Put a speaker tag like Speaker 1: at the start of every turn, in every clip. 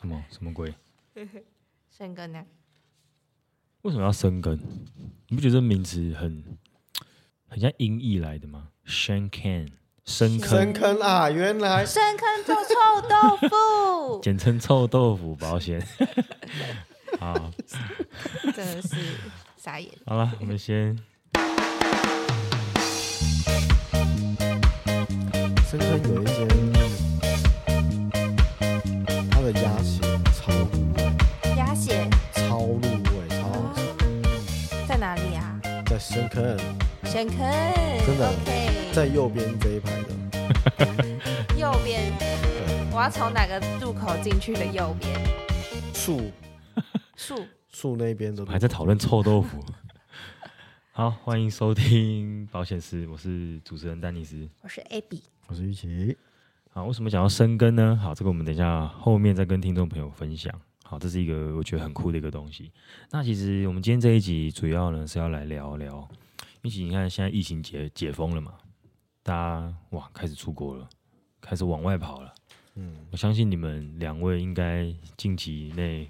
Speaker 1: 什么什么鬼？
Speaker 2: 深根呢？
Speaker 1: 为什么要生根？你不觉得这名词很很像音译来的吗？Shan can 深
Speaker 3: 深
Speaker 1: 坑，
Speaker 3: 坑啊！原来
Speaker 2: 深坑做臭 豆腐，
Speaker 1: 简称臭豆腐保险。好，
Speaker 2: 真的是傻眼。
Speaker 1: 好了，我们先
Speaker 3: 深坑有一间，它的鸭血超
Speaker 2: 鸭血
Speaker 3: 超入味，超
Speaker 2: 在哪里啊？
Speaker 3: 在深坑，
Speaker 2: 深坑，
Speaker 3: 真的
Speaker 2: OK，
Speaker 3: 在右边这一排的，
Speaker 2: 右边，
Speaker 3: 对，
Speaker 2: 我要从哪个入口进去的右边？
Speaker 3: 树
Speaker 2: 树
Speaker 3: 树那边的
Speaker 1: 我，还在讨论臭豆腐。好，欢迎收听保险师，我是主持人丹尼斯。
Speaker 2: 我是 Abby，
Speaker 3: 我是玉琪，
Speaker 1: 好，为什么想要深耕呢？好，这个我们等一下后面再跟听众朋友分享。好，这是一个我觉得很酷的一个东西。那其实我们今天这一集主要呢是要来聊聊，因为其实你看现在疫情解解封了嘛，大家哇开始出国了，开始往外跑了。
Speaker 3: 嗯，
Speaker 1: 我相信你们两位应该近期内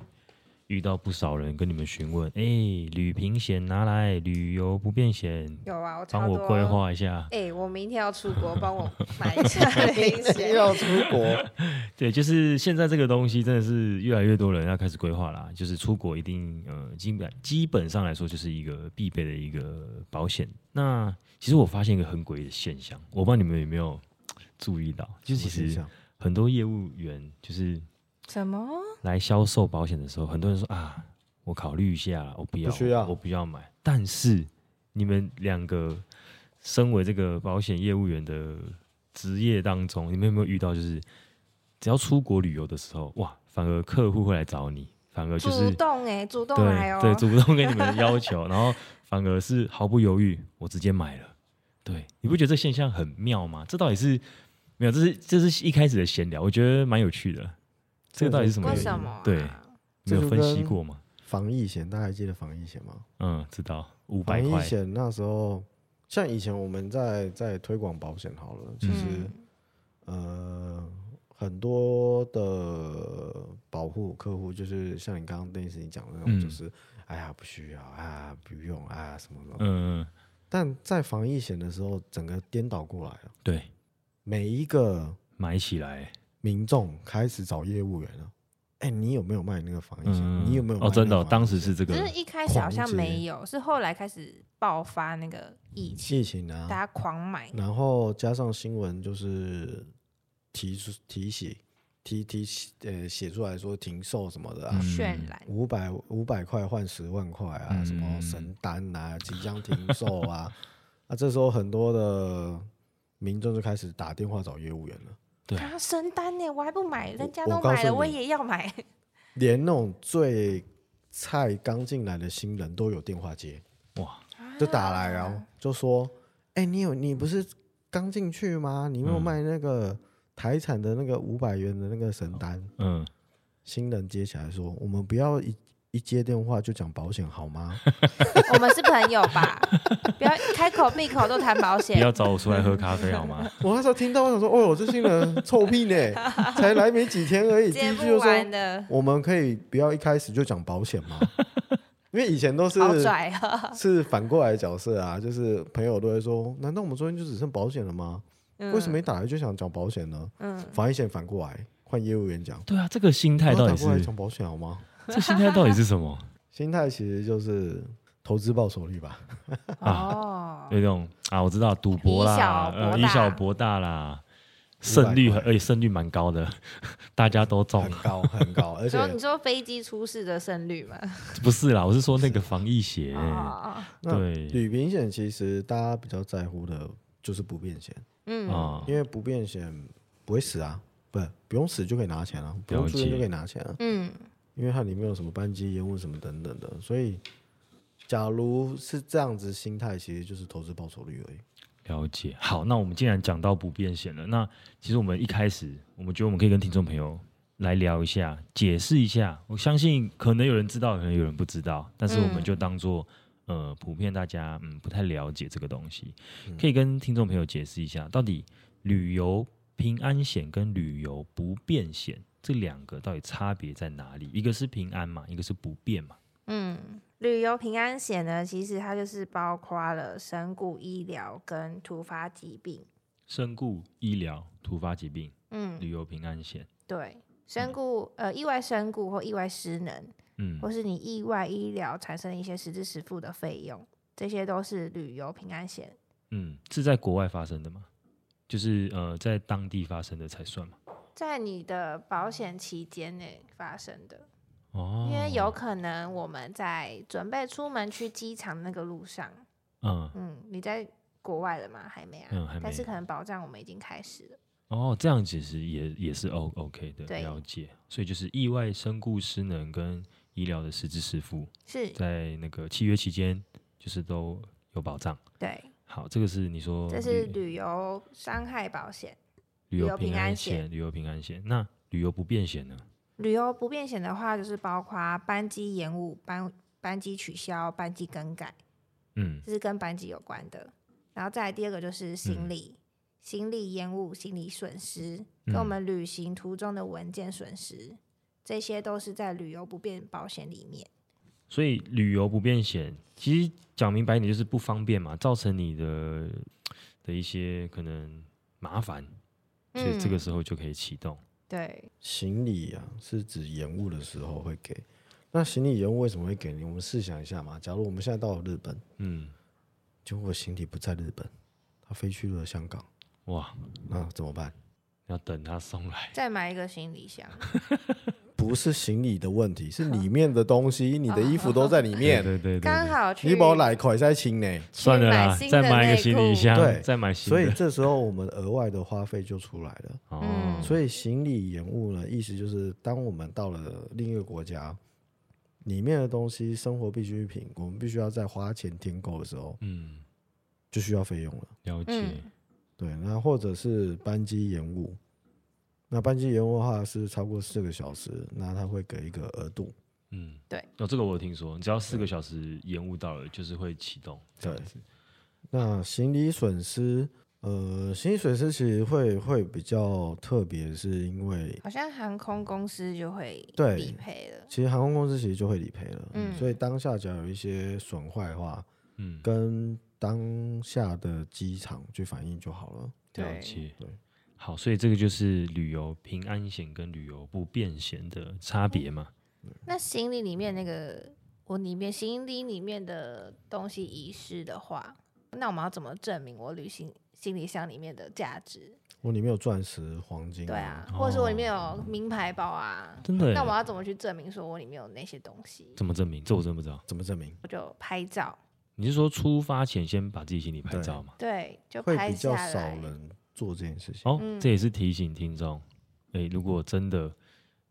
Speaker 1: 遇到不少人跟你们询问，哎、旅平险拿来，旅游不便险，
Speaker 2: 有啊，我超
Speaker 1: 帮
Speaker 2: 多。
Speaker 1: 我规。划一下。
Speaker 2: 哎、我明天要出国，帮我买一下零
Speaker 3: 一
Speaker 2: 钱。
Speaker 3: 哎要出国，
Speaker 1: 对，就是现在这个东西真的是越来越多人要开始规划啦。就是出国一定呃，基本基本上来说就是一个必备的一个保险。那其实我发现一个很诡异的现象，我不知道你们有没有注意到，就其
Speaker 3: 什么现
Speaker 1: 实
Speaker 3: 象
Speaker 1: 很多业务员就是
Speaker 2: 什么？
Speaker 1: 来销售保险的时候，很多人说啊，我考虑一下，我不要，
Speaker 3: 不需要
Speaker 1: 我不要买。但是你们两个身为这个保险业务员的职业当中，你们有没有遇到就是只要出国旅游的时候，哇，反而客户会来找你，反而就
Speaker 2: 主
Speaker 1: 是
Speaker 2: 动哎、主动来哦、
Speaker 1: 对对，主动跟你 们要求，然后反而是毫不犹豫，我直接买了。对，你不觉得这现象很妙吗？这到底是没有？这是这是一开始的闲聊，我觉得蛮有趣的。这个到底是什么
Speaker 2: 为
Speaker 1: 原因？
Speaker 2: 什么、啊？
Speaker 1: 对没
Speaker 3: 这
Speaker 1: 有
Speaker 3: 就
Speaker 1: 分析
Speaker 3: 跟
Speaker 1: 过吗？
Speaker 3: 防疫险，大家还记得防疫险吗？
Speaker 1: 嗯，知道五百
Speaker 3: 防疫
Speaker 1: 块，
Speaker 3: 险那时候，像以前我们在在推广保险好了，其实。
Speaker 2: 嗯，
Speaker 3: 呃，很多的保护客户就是像你刚刚那事你讲的那种，
Speaker 1: 嗯
Speaker 3: 就是、哎呀不需要啊，不用啊什么什么。
Speaker 1: 嗯，嗯
Speaker 3: 但在防疫险的时候，整个颠倒过来了，
Speaker 1: 对，
Speaker 3: 每一个
Speaker 1: 买起来，
Speaker 3: 民众开始找业务员了。哎，你有没有卖那个防疫险？
Speaker 1: 嗯，
Speaker 3: 你有没有卖
Speaker 1: 哦，真的哦、
Speaker 3: 那个防疫险
Speaker 1: 当时是这个
Speaker 2: 只，是一开始好像没有，是后来开始爆发那个疫情，
Speaker 3: 疫情
Speaker 2: 大
Speaker 3: 啊，
Speaker 2: 家狂买。
Speaker 3: 然后加上新闻就是提出提醒。提提呃写出来说停售什么的啊，
Speaker 1: 嗯
Speaker 2: 渲染，
Speaker 3: 五百五百块换十万块啊，
Speaker 1: 嗯
Speaker 3: 什么神单啊，即将停售啊， 啊，这时候很多的民众就开始打电话找业务员了，
Speaker 1: 对
Speaker 2: 他升单呢，我还不买，人家都
Speaker 3: 我告诉
Speaker 2: 买了，
Speaker 3: 你
Speaker 2: 我也要买。
Speaker 3: 连那种最菜刚进来的新人都有电话接，
Speaker 1: 哇，
Speaker 2: 啊
Speaker 3: 就打来啊然后就说，哎、你有你不是刚进去吗？你有没有
Speaker 1: 嗯
Speaker 3: 卖那个台产的那个五百元的那个神单？
Speaker 1: 嗯，
Speaker 3: 新人接起来说，我们不要一一接电话就讲保险好吗？
Speaker 2: 我们是朋友 吧？不要开口闭口都谈保
Speaker 1: 不
Speaker 2: 险
Speaker 1: 要，找我出来喝咖啡好吗？
Speaker 3: 我那时候听到，我想说，哦，这新人臭屁呢， 才来没几天而已，第
Speaker 2: 接
Speaker 3: 一句
Speaker 2: 不
Speaker 3: 就
Speaker 2: 完
Speaker 3: 说，
Speaker 2: 的，
Speaker 3: 我们可以不要一开始就讲保险 吗？因为以前都是
Speaker 2: 好拽啊！
Speaker 3: 是反过来的角色啊，就是朋友都会说，难道我们昨天就只剩保险了吗？ 为什么一打来就想讲保险呢？
Speaker 2: 嗯，
Speaker 3: 防疫险反过来换业务员讲，
Speaker 1: 对啊，这个心态
Speaker 3: 不要
Speaker 1: 到
Speaker 3: 打
Speaker 1: 底是
Speaker 3: 过来讲保险好吗？
Speaker 1: 这心态到底是什么？
Speaker 3: 心态其实就是投资报酬率吧，
Speaker 2: 哦，
Speaker 1: 有一种啊，我知道赌博啦，
Speaker 2: 以小博
Speaker 1: 呃，以
Speaker 2: 大
Speaker 1: 小博大啦，胜率很，而且胜率蛮高的， 大家都中
Speaker 3: 很。高很 高，而且
Speaker 2: 所以你说飞机出事的胜率嘛？
Speaker 1: 不是啦，我是说那个防疫险，
Speaker 2: 哦，
Speaker 3: 那
Speaker 1: 对
Speaker 3: 旅平险其实大家比较在乎的就是不变险。
Speaker 2: 嗯，
Speaker 1: 啊，
Speaker 3: 因为不变险不会死啊，不不用死就可以拿钱啊，不用住院就可以拿钱啊，
Speaker 2: 嗯，
Speaker 3: 因为它里面有什么班机延误什么等等的，所以假如是这样子心态，其实就是投资报酬率而已。
Speaker 1: 了解。好，那我们既然讲到不变险了，那其实我们一开始，我们觉得我们可以跟听众朋友来聊一下，解释一下。我相信可能有人知道，可能有人不知道，但是我们
Speaker 2: 嗯
Speaker 1: 就当做、呃，普遍大家嗯不太了解这个东西，
Speaker 2: 嗯
Speaker 1: 可以跟听众朋友解释一下，到底旅游平安险跟旅游不便险这两个到底差别在哪里？一个是平安嘛，一个是不变嘛。
Speaker 2: 嗯，旅游平安险呢，其实它就是包括了身故、医疗跟突发疾病。
Speaker 1: 身故、医疗、突发疾病、
Speaker 2: 嗯，
Speaker 1: 旅游平安险，
Speaker 2: 对，身故呃意外身故或意外失能，
Speaker 1: 嗯，
Speaker 2: 或是你意外医疗产生一些实支实付的费用，这些都是旅游平安险。
Speaker 1: 嗯，是在国外发生的吗？就是呃，在当地发生的才算嘛？
Speaker 2: 在你的保险期间内发生的，
Speaker 1: 哦，
Speaker 2: 因为有可能我们在准备出门去机场那个路上，
Speaker 1: 嗯
Speaker 2: 嗯，你在国外了吗？还没啊，
Speaker 1: 嗯还
Speaker 2: 但是
Speaker 1: 没
Speaker 2: 可能保障我们已经开始了。
Speaker 1: 哦，这样其实也也是 O OK 的
Speaker 2: 对
Speaker 1: 了解，所以就是意外身故失能跟医疗的实支实付，
Speaker 2: 是，
Speaker 1: 在那个契约期间就是都有保障。
Speaker 2: 对，
Speaker 1: 好，这个是你说
Speaker 2: 这
Speaker 1: 旅
Speaker 2: 是旅游伤害保险。
Speaker 1: 旅
Speaker 2: 游
Speaker 1: 游
Speaker 2: 平
Speaker 1: 平
Speaker 2: 安
Speaker 1: 安
Speaker 2: 险
Speaker 1: 险，旅游平安险。那旅游不便险呢？
Speaker 2: 旅游不便险的话，就是包括班机延误、班班机取消、班机更改，
Speaker 1: 嗯，
Speaker 2: 这是跟班机有关的。然后再来第二个就是行
Speaker 1: 嗯
Speaker 2: 李，行李延误、行李损失，跟我
Speaker 1: 嗯
Speaker 2: 们旅行途中的文件损失，这些都是在旅游不便保险里面。
Speaker 1: 所以旅游不便险，其实讲明白一点就是不方便嘛，造成你的的一些可能麻烦，所以这个
Speaker 2: 嗯
Speaker 1: 时候就可以启动。
Speaker 2: 对，
Speaker 3: 行李啊，是指延误的时候会给。那行李延误为什么会给你？我们试想一下嘛，假如我们现在到了日本，
Speaker 1: 嗯，
Speaker 3: 结果行李不在日本，他飞去了香港，
Speaker 1: 哇，
Speaker 3: 那怎么办？
Speaker 1: 要等他送来。
Speaker 2: 再买一个行李箱。
Speaker 3: 不是行李的问题，是里面的东西，你的衣服都在里
Speaker 1: 对
Speaker 3: 面，
Speaker 1: 对对对
Speaker 2: 刚
Speaker 1: 对
Speaker 2: 好去
Speaker 3: 你把我奶块在清呢。
Speaker 1: 算了
Speaker 2: 买
Speaker 1: 啦
Speaker 2: 新，
Speaker 1: 再
Speaker 2: 的
Speaker 1: 买一个
Speaker 2: 内
Speaker 1: 行李
Speaker 2: 裤
Speaker 3: 对
Speaker 1: 箱，再买新
Speaker 3: 所以
Speaker 1: 的。
Speaker 3: 这时候我们额外的花费就出来了。
Speaker 1: 哦，
Speaker 3: 所以行李延误呢，意思就是当我们到了另一个国家，里面的东西、生活必需品，我们必须要在花钱添购的时候，
Speaker 1: 嗯，
Speaker 3: 就需要费用了。
Speaker 1: 了解
Speaker 2: 嗯。
Speaker 3: 对，那或者是班机延误，那班机延误的话是超过四个小时，那他会给一个额度。
Speaker 1: 嗯，
Speaker 2: 对。
Speaker 1: 哦，这个我有听说，你只要四个小时延误到了，就是会启动这样
Speaker 3: 对
Speaker 1: 子。
Speaker 3: 那行李损失，呃，行李损失其实会会比较特别，是因为
Speaker 2: 好像航空公司就会
Speaker 3: 对
Speaker 2: 理赔了。
Speaker 3: 其实航空公司其实就会理赔了，
Speaker 2: 嗯
Speaker 3: 所以当下只要有一些损坏的话，
Speaker 1: 嗯，
Speaker 3: 跟当下的机场去反映就好了。
Speaker 1: 了
Speaker 2: 对
Speaker 1: 解。
Speaker 3: 对
Speaker 1: 好，所以这个就是旅游平安险跟旅游不便险的差别嘛。
Speaker 2: 那行李里面那个，我里面行李里面的东西遗失的话，那我们要怎么证明我旅行行李箱里面的价值？
Speaker 3: 我里面有钻石、黄金、
Speaker 2: 对啊，，或者是我里面有名牌包啊，
Speaker 1: 哦真的耶？
Speaker 2: 那我要怎么去证明说我里面有那些东西？
Speaker 1: 怎么证明？这我真不知道。
Speaker 3: 怎么证明？
Speaker 2: 我就拍照，
Speaker 1: 你是说出发前先把自己行李拍
Speaker 3: 对
Speaker 1: 照嘛？
Speaker 2: 对，就
Speaker 3: 会
Speaker 2: 拍
Speaker 3: 比较
Speaker 2: 下
Speaker 3: 少
Speaker 2: 来。
Speaker 3: 人做这件事情。
Speaker 1: 哦，
Speaker 2: 嗯
Speaker 1: 这也是提醒听众，哎、如果真的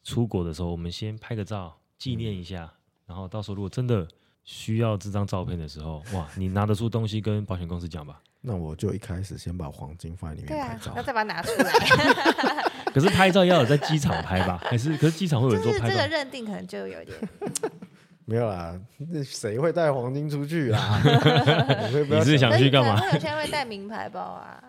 Speaker 1: 出国的时候，我们先拍个照纪
Speaker 3: 嗯
Speaker 1: 念一下，然后到时候如果真的需要这张照片的时候，哇，你拿得出东西跟保险公司讲吧。
Speaker 3: 那我就一开始先把黄金放在里
Speaker 2: 对
Speaker 3: 面拍
Speaker 2: 啊
Speaker 3: 照，，
Speaker 2: 那再把它 拿出来，
Speaker 1: 可是拍照要有在机场拍吧？还是可是机场会有
Speaker 2: 就
Speaker 1: 人做
Speaker 2: 是
Speaker 1: 拍
Speaker 2: 这个
Speaker 1: 照？
Speaker 2: 认定可能就有点
Speaker 3: 没有啦，那谁会带黄金出去 啦？你会不
Speaker 1: 你
Speaker 3: 要
Speaker 1: 是 想去干嘛
Speaker 2: 可是可能？会有些人会带名牌包啊，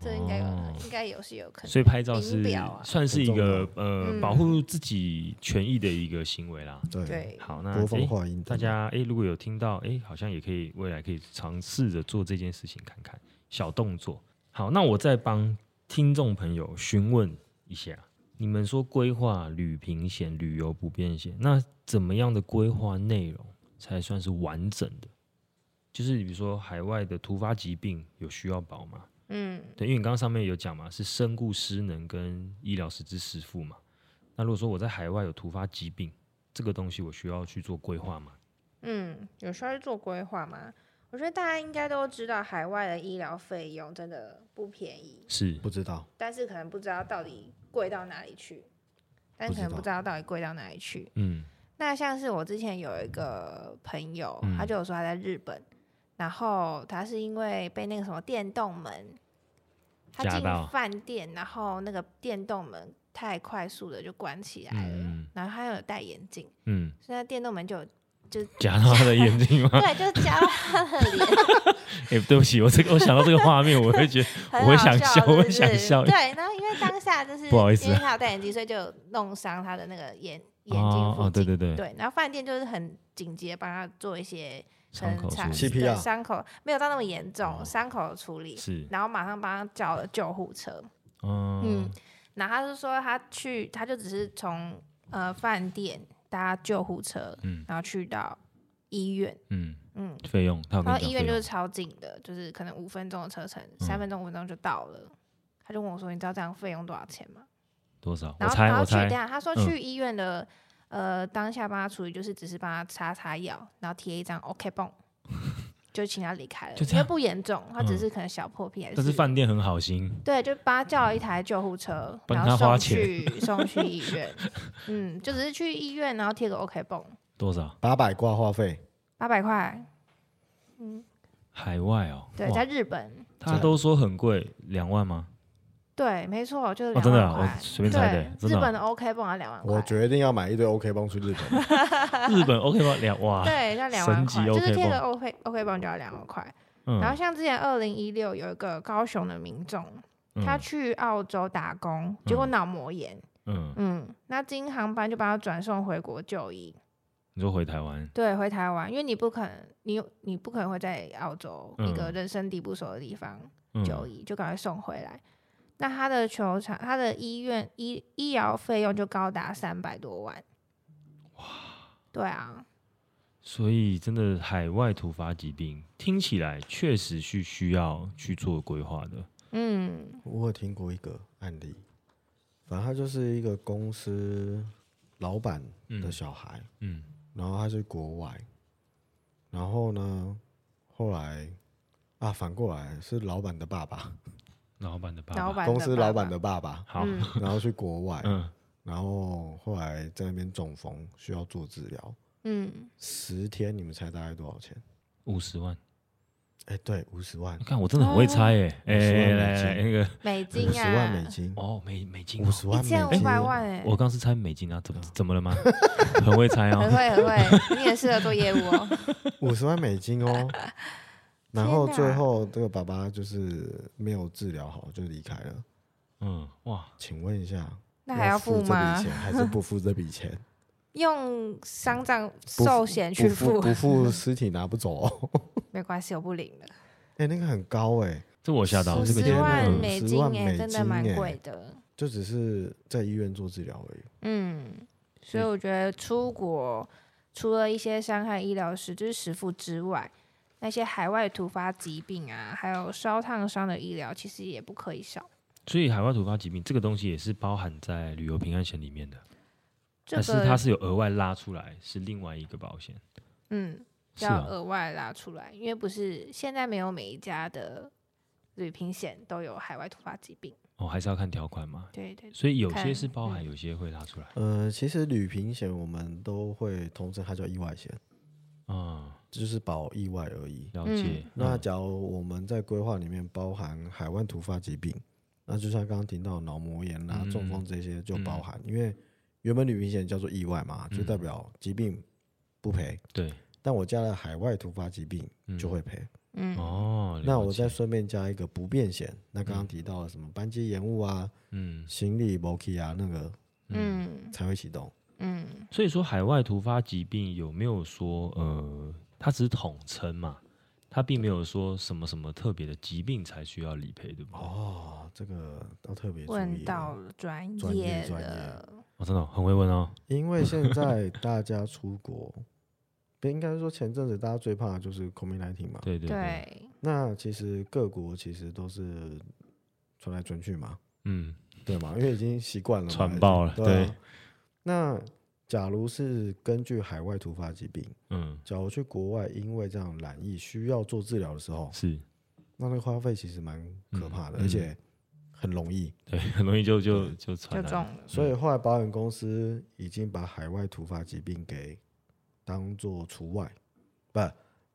Speaker 2: 这应该有，
Speaker 1: 哦
Speaker 2: 应该有是有可能。
Speaker 1: 所以拍照是
Speaker 2: 名表啊
Speaker 1: 算是一个呃
Speaker 2: 嗯
Speaker 1: 保护自己权益的一个行为啦。
Speaker 3: 对
Speaker 2: 对，
Speaker 1: 好，那
Speaker 3: 播放
Speaker 1: 诶
Speaker 3: 话音等等，
Speaker 1: 啊大家诶，如果有听到诶，好像也可以未来可以尝试着做这件事情看看小动作。好，那我再帮听众朋友询问一下，你们说规划旅平险、旅游不便险，那怎么样的规划内容才算是完整的？就是比如说海外的突发疾病有需要保吗？
Speaker 2: 嗯，
Speaker 1: 对，因为你刚刚上面有讲嘛，是身故失能跟医疗实支实付嘛。那如果说我在海外有突发疾病，这个东西我需要去做规划嘛？
Speaker 2: 嗯，有需要去做规划吗？我觉得大家应该都知道，海外的医疗费用真的不便宜，
Speaker 1: 是，
Speaker 3: 不知道，
Speaker 2: 但是可能不知道到底贵到哪里去，但
Speaker 3: 不
Speaker 2: 可
Speaker 3: 知
Speaker 2: 能不
Speaker 3: 道
Speaker 2: 知道到底贵到哪里去。
Speaker 1: 嗯
Speaker 2: 那像是我之前有一个朋友，
Speaker 1: 嗯
Speaker 2: 他就有说他在日本，然后他是因为被那个什么电动门，他
Speaker 1: 夹
Speaker 2: 进
Speaker 1: 到
Speaker 2: 饭店，然后那个电动门太快速的就关起来了，
Speaker 1: 嗯
Speaker 2: 然后他有戴眼镜，
Speaker 1: 嗯，
Speaker 2: 所以他电动门就有
Speaker 1: 夹到他的眼睛吗？
Speaker 2: 对，就夹到他的脸，
Speaker 1: 哎、对不起，我这个我想到这个画面，我会觉得
Speaker 2: 很
Speaker 1: 我会
Speaker 2: 好
Speaker 1: 想
Speaker 2: 笑
Speaker 1: 笑我
Speaker 2: 是
Speaker 1: 会
Speaker 2: 不
Speaker 1: 想
Speaker 2: 是
Speaker 1: 笑
Speaker 2: 对，然后因为当下就是
Speaker 1: 不好意思
Speaker 2: 因为他有戴眼镜，所以就弄伤他的那个眼 眼睛
Speaker 1: 哦
Speaker 2: 附近。
Speaker 1: 哦，对对对，
Speaker 2: 对，然后饭店就是很紧急地帮他做一些可
Speaker 1: 伤
Speaker 2: 能
Speaker 1: 口
Speaker 2: 擦
Speaker 1: 处理
Speaker 3: CPR
Speaker 2: 对伤口没有到那么严重，
Speaker 1: 哦
Speaker 2: 伤口的处理，
Speaker 1: 是，
Speaker 2: 然后马上帮他叫了救护车。
Speaker 1: 嗯
Speaker 2: 嗯，然后他就说他去，他就只是从呃饭店搭救护车，
Speaker 1: 嗯
Speaker 2: 然后去到医院，
Speaker 1: 嗯，
Speaker 2: 嗯，
Speaker 1: 费用，哦他有跟
Speaker 2: 然
Speaker 1: 你
Speaker 2: 后
Speaker 1: 讲
Speaker 2: 医院
Speaker 1: 费
Speaker 2: 就是
Speaker 1: 用，嗯
Speaker 2: 超近的，就是可能五分钟的车程，三分钟五分钟就到了。他就问我说：“你知道这样费用多少钱吗
Speaker 1: 多少？？”我
Speaker 2: 然后
Speaker 1: 猜
Speaker 2: 然后
Speaker 1: 我
Speaker 2: 去
Speaker 1: 猜
Speaker 2: 这，样，他说
Speaker 1: 嗯
Speaker 2: 去医院的、呃当下帮他处理，就是只是帮他擦擦药，然后贴一张 OK 绷， 就请他离开了，
Speaker 1: 就这
Speaker 2: 因为
Speaker 1: 样
Speaker 2: 不严重，他只
Speaker 1: 嗯
Speaker 2: 是可能小破皮还是
Speaker 1: 但是饭店很好心，
Speaker 2: 对，就帮他叫了一台救护车，
Speaker 1: 帮
Speaker 2: 然
Speaker 1: 他
Speaker 2: 后
Speaker 1: 花
Speaker 2: 送
Speaker 1: 钱
Speaker 2: 去送去医 院。嗯，就只是去医院，然后贴个 OK 绷，
Speaker 1: 多少？
Speaker 3: 八百挂话费，
Speaker 2: 八百块。嗯，
Speaker 1: 海外哦，
Speaker 2: 对，
Speaker 1: 哇
Speaker 2: 在日本，
Speaker 1: 他都说很贵，两万 吗？
Speaker 2: 对，没错，就是
Speaker 1: 哦，
Speaker 2: 两
Speaker 1: 真的
Speaker 2: 万
Speaker 1: 啊，
Speaker 2: 块。
Speaker 1: 我随便猜的，
Speaker 2: 对，
Speaker 1: 真
Speaker 2: 日
Speaker 1: 的
Speaker 2: 本
Speaker 1: 啊，
Speaker 2: 的 OK 绷要两万块。
Speaker 3: 我决定要买一堆 OK 绷去日本。
Speaker 1: 日本 OK 吗？两哇，
Speaker 2: 对，要两
Speaker 1: 神
Speaker 2: 万
Speaker 1: 级
Speaker 2: 块，就是贴
Speaker 1: OK
Speaker 2: 个 OK OK 绷就要两万块。
Speaker 1: 嗯
Speaker 2: 然后像之前二零一六有一个高雄的民众，他
Speaker 1: 嗯
Speaker 2: 去澳洲打工，结果脑膜炎，
Speaker 1: 嗯，
Speaker 2: 嗯，那经航班就把他转送回国就医，
Speaker 1: 你说回台湾，
Speaker 2: 对，回台湾，因为你不可能，你你不可能会在澳洲一个
Speaker 1: 嗯
Speaker 2: 人生地不熟的地方
Speaker 1: 嗯
Speaker 2: 就医，就赶快送回来。那他的球场，他的医院医医疗费用就高达三百多万。哇！对啊，
Speaker 1: 所以真的海外突发疾病听起来确实是需要去做规划的，
Speaker 2: 嗯，
Speaker 3: 我有听过一个案例，反正他就是一个公司老板的
Speaker 1: 嗯
Speaker 3: 小孩，
Speaker 1: 嗯
Speaker 3: 然后他是国外，然后呢，后来啊，反过来是老板的爸爸，
Speaker 1: 老板的爸
Speaker 2: 老
Speaker 1: 爸，
Speaker 2: 板
Speaker 3: 公司老板
Speaker 2: 的
Speaker 3: 的爸爸，
Speaker 2: 爸
Speaker 1: 好
Speaker 2: 爸，，嗯
Speaker 3: 然后去国外，
Speaker 1: 嗯，
Speaker 3: 然后后来在那边中风，需要做治疗，
Speaker 2: 嗯，
Speaker 3: 十天，你们猜大概多少钱？
Speaker 1: 五十万，
Speaker 3: 哎，对，五十万
Speaker 1: 你，看我真的很会猜耶，哎，
Speaker 3: 50
Speaker 1: 来来
Speaker 3: 万美
Speaker 1: 来，
Speaker 3: 金
Speaker 1: 那个
Speaker 2: 美金
Speaker 3: 五十
Speaker 2: 啊，
Speaker 3: 万美金，
Speaker 1: 哦，美美金哦
Speaker 3: 五，十万
Speaker 2: 一
Speaker 3: 美
Speaker 2: 千
Speaker 3: 金
Speaker 2: 五，百万哎、
Speaker 1: 我刚是猜美金啊，怎么怎么了吗？ 很会猜
Speaker 2: 很
Speaker 1: 哦，
Speaker 2: 会很 会，你也适合做业务哦。
Speaker 3: 五十万美金哦。然后
Speaker 2: 天哪
Speaker 3: 最后这个爸爸就是没有治疗好就离开了。
Speaker 1: 嗯，哇，
Speaker 3: 请问一下，
Speaker 2: 那还要
Speaker 3: 付
Speaker 2: 付
Speaker 3: 这
Speaker 2: 吗
Speaker 3: 笔？钱还是不付这 笔钱？
Speaker 2: 用丧葬
Speaker 3: 付
Speaker 2: 寿险去
Speaker 3: 不付不付尸体拿不走哦。
Speaker 2: 没关系，我不领了。
Speaker 3: 哎、那个很高哎、
Speaker 1: 这我吓到，
Speaker 2: 五
Speaker 1: 这个
Speaker 2: 十
Speaker 1: 钱
Speaker 2: 万
Speaker 1: 嗯
Speaker 2: 美
Speaker 3: 50
Speaker 2: 金
Speaker 3: 万
Speaker 2: 哎、
Speaker 3: 美
Speaker 2: 真的
Speaker 3: 金
Speaker 2: 蛮
Speaker 3: 欸
Speaker 2: 贵的。
Speaker 3: 就只是在医院做治疗而已。
Speaker 2: 嗯，所以
Speaker 3: 嗯
Speaker 2: 我觉得出国除了一些伤害医疗师，就是实付之外，那些海外突发疾病啊，还有烧烫伤的医疗，其实也不可以少。
Speaker 1: 所以海外突发疾病这个东西也是包含在旅游平安险里面的，
Speaker 2: 这
Speaker 1: 但是它
Speaker 2: 个
Speaker 1: 是有额外拉出来，是另外一个保险，
Speaker 2: 嗯，
Speaker 1: 是
Speaker 2: 要
Speaker 1: 啊，
Speaker 2: 额外拉出来，因为不是现在没有每一家的旅平险都有海外突发疾病。
Speaker 1: 哦，还是要看条款嘛，
Speaker 2: 对对对，
Speaker 1: 所以有些
Speaker 2: 看
Speaker 1: 是包含，
Speaker 2: 嗯
Speaker 1: 有些会拉出来，
Speaker 3: 呃，其实旅平险我们都会通知它叫意外险，
Speaker 1: 嗯，
Speaker 3: 就是保意外而已。
Speaker 1: 了解
Speaker 2: 嗯。
Speaker 3: 那
Speaker 1: 嗯
Speaker 3: 假如我们在规划里面包含海湾突发疾病，那就像刚刚提到脑膜炎啦、
Speaker 1: 嗯
Speaker 3: 中风这些就包含，因为原本旅行险叫做意外嘛，就
Speaker 1: 嗯
Speaker 3: 代表疾病不赔，
Speaker 1: 对，
Speaker 3: 但我加了海外突发疾病
Speaker 1: 嗯
Speaker 3: 就会赔。
Speaker 2: 嗯，
Speaker 1: 哦。
Speaker 3: 那
Speaker 1: 了
Speaker 3: 我再
Speaker 1: 解
Speaker 3: 顺便加一个不便险，那刚刚
Speaker 1: 嗯
Speaker 3: 提到了什么班机延误啊、
Speaker 1: 嗯
Speaker 3: 行李 b o k 啊，那个
Speaker 1: 嗯，
Speaker 2: 嗯
Speaker 3: 才会启动。
Speaker 2: 嗯
Speaker 1: 所以说海外突发疾病有没有说呃，它只是统称嘛，它并没有说什么什么特别的疾病才需要理赔，对不对？
Speaker 3: 哦，这个要特别注
Speaker 2: 问
Speaker 3: 意啊
Speaker 2: 到
Speaker 3: 了，
Speaker 2: 了专
Speaker 3: 专业
Speaker 2: 业
Speaker 3: 专业
Speaker 2: 的，
Speaker 1: 哦，真的哦很会问哦。
Speaker 3: 因为现在大家出国，不应该说前阵子大家最怕的就是 COVID-19 嘛，
Speaker 1: 对对对，
Speaker 2: 对，
Speaker 3: 那其实各国其实都是传来传去嘛，
Speaker 1: 嗯，
Speaker 3: 对吗？因为已经习惯了嘛，
Speaker 1: 传爆了
Speaker 3: 已经对啊
Speaker 1: 对
Speaker 3: 那假如是根据海外突发疾病，
Speaker 1: 嗯，
Speaker 3: 假如去国外因为这样染疫需要做治疗的时候，
Speaker 1: 是，
Speaker 3: 那那个花费其实蛮可怕的，
Speaker 1: 嗯嗯
Speaker 3: 而且很容易。
Speaker 1: 对，很容易就就就
Speaker 2: 就
Speaker 1: 传
Speaker 2: 中
Speaker 1: 染了。
Speaker 2: 了。
Speaker 3: 所以后来保险公司已经把海外突发疾病给当做除外，不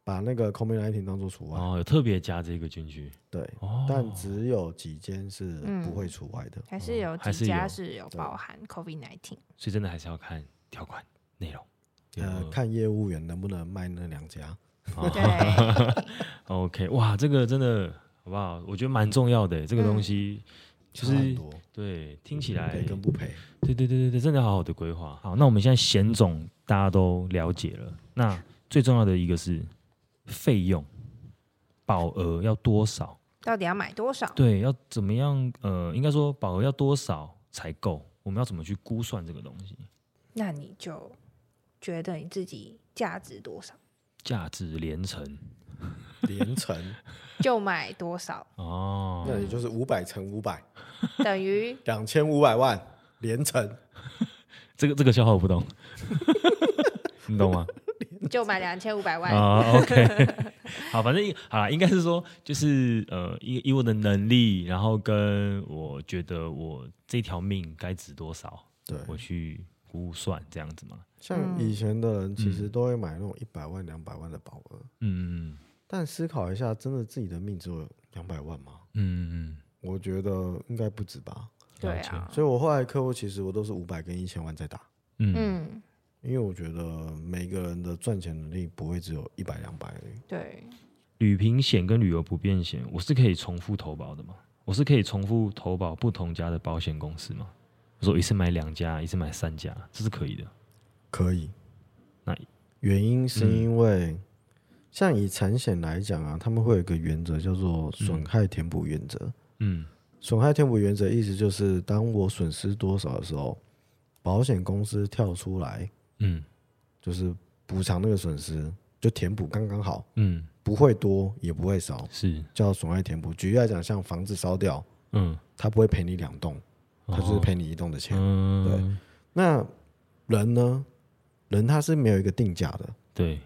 Speaker 3: 把那个 COVID-19 当做除外。
Speaker 1: 哦，有特别加这个进去
Speaker 3: 对，
Speaker 1: 哦，
Speaker 3: 但只有几间是不会
Speaker 2: 嗯
Speaker 3: 除外的。
Speaker 2: 还是有
Speaker 1: 还是
Speaker 2: 几家
Speaker 1: 有
Speaker 2: 是有
Speaker 3: 对
Speaker 2: 包含 COVID nineteen。
Speaker 1: 所以真的还是要看条款内容。嗯
Speaker 3: 呃，看业务员能不能卖那两家。
Speaker 1: 哦
Speaker 2: 对，
Speaker 1: 欸 OK，哇，这个真的好不好？我觉得蛮重要的，这个东西其
Speaker 3: 差很
Speaker 1: 实哎
Speaker 3: 多，
Speaker 1: 对，听起来
Speaker 3: 赔跟不 赔，
Speaker 1: 对对对对对，真的要好好的规划。好，那我们现在险种大家都了解了，那最重要的一个是费用，保额要多少？
Speaker 2: 到底要买多少？
Speaker 1: 对，要怎么样？呃，应该说保额要多少才够？我们要怎么去估算这个东西？
Speaker 2: 那你就觉得你自己价值多少，
Speaker 1: 价值连城
Speaker 3: 连乘，
Speaker 2: 就买多少，
Speaker 1: 哦，
Speaker 3: 那也就是五百乘五百，
Speaker 2: 等于
Speaker 3: 两千五百万连乘，
Speaker 1: 这个这个消耗我不懂， 你懂吗？
Speaker 2: 就买两千五百万。
Speaker 1: 啊，OK、o k 好，反正啊，应该是说，就是呃，以以我的能力，然后跟我觉得我这条命该值多少，
Speaker 3: 对。
Speaker 1: 我去估算这样子嘛。
Speaker 3: 像
Speaker 1: 嗯
Speaker 3: 以前的人其实都会买那种一百万、两百万的保额，
Speaker 1: 嗯
Speaker 3: 但思考一下，真的自己的命只有两百万吗？
Speaker 1: 嗯嗯
Speaker 3: 我觉得应该不止吧。
Speaker 2: 对
Speaker 1: 了解
Speaker 2: 啊，
Speaker 3: 所以我后来客户其实我都是五百跟一千万在打，
Speaker 1: 嗯嗯，
Speaker 2: 嗯，
Speaker 3: 因为我觉得每个人的赚钱能力不会只有一百两百而已。
Speaker 2: 对，
Speaker 1: 旅平险跟旅游不便险，我是可以重复投保的嘛？我是可以重复投保不同家的保险公司嘛？我说一次买两家，一次买三家，这是可以的。
Speaker 3: 可以，
Speaker 1: 那嗯
Speaker 3: 原因是因为、像以产险来讲啊，他们会有一个原则叫做损害填补原则。
Speaker 1: 嗯
Speaker 3: 损害填补原则意思就是，当我损失多少的时候，保险公司跳出来
Speaker 1: 嗯
Speaker 3: 就是补偿那个损失，就填补刚刚好，
Speaker 1: 嗯，
Speaker 3: 不会多也不会少，
Speaker 1: 是
Speaker 3: 叫损害填补。举例来讲，像房子烧掉，
Speaker 1: 嗯，
Speaker 3: 他不会赔你两栋，他就是赔你一栋的钱。
Speaker 1: 哦嗯
Speaker 3: 那人呢？人他是没有一个定价的，
Speaker 1: 对对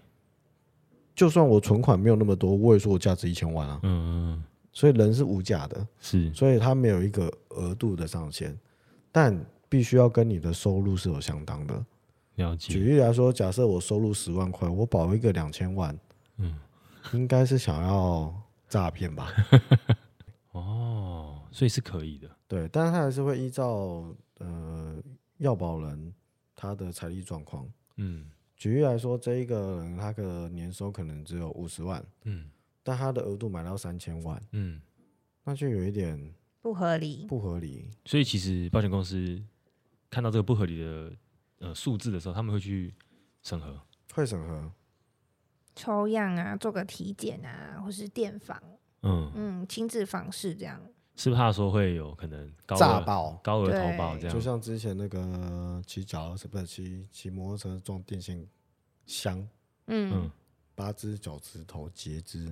Speaker 3: 就算我存款没有那么多，我也说我价值一千万啊，
Speaker 1: 嗯嗯
Speaker 3: 所以人是无价的，
Speaker 1: 是
Speaker 3: 所以他没有一个额度的上限，但必须要跟你的收入是有相当的。
Speaker 1: 了
Speaker 3: 举
Speaker 1: 解，
Speaker 3: 例来说，假设我收入十万块，我保一个两千万，
Speaker 1: 嗯，
Speaker 3: 应该是想要诈骗吧？
Speaker 1: 哦，所以是可以的，
Speaker 3: 对，但是他还是会依照呃要保人他的财力状况。
Speaker 1: 嗯
Speaker 3: 举例来说，这一个人他的年收可能只有五十万，
Speaker 1: 嗯
Speaker 3: 但他的额度买到三千万，
Speaker 1: 嗯，
Speaker 3: 那就有一点
Speaker 2: 不合理。
Speaker 3: 不合理。
Speaker 1: 所以其实保险公司看到这个不合理的呃数字的时候，他们会去审核，
Speaker 3: 会审核，
Speaker 2: 抽样啊，做个体检啊，或是电访，
Speaker 1: 嗯，
Speaker 2: 嗯，亲自访视这样。
Speaker 1: 是怕说会有可能高
Speaker 3: 炸
Speaker 1: 额
Speaker 3: 爆，
Speaker 1: 高额投保这
Speaker 3: 就
Speaker 1: 样，
Speaker 3: 像之前那个骑脚踏车不是骑骑摩托车撞电线箱，
Speaker 2: 嗯，
Speaker 1: 嗯，
Speaker 3: 八只脚趾头截肢，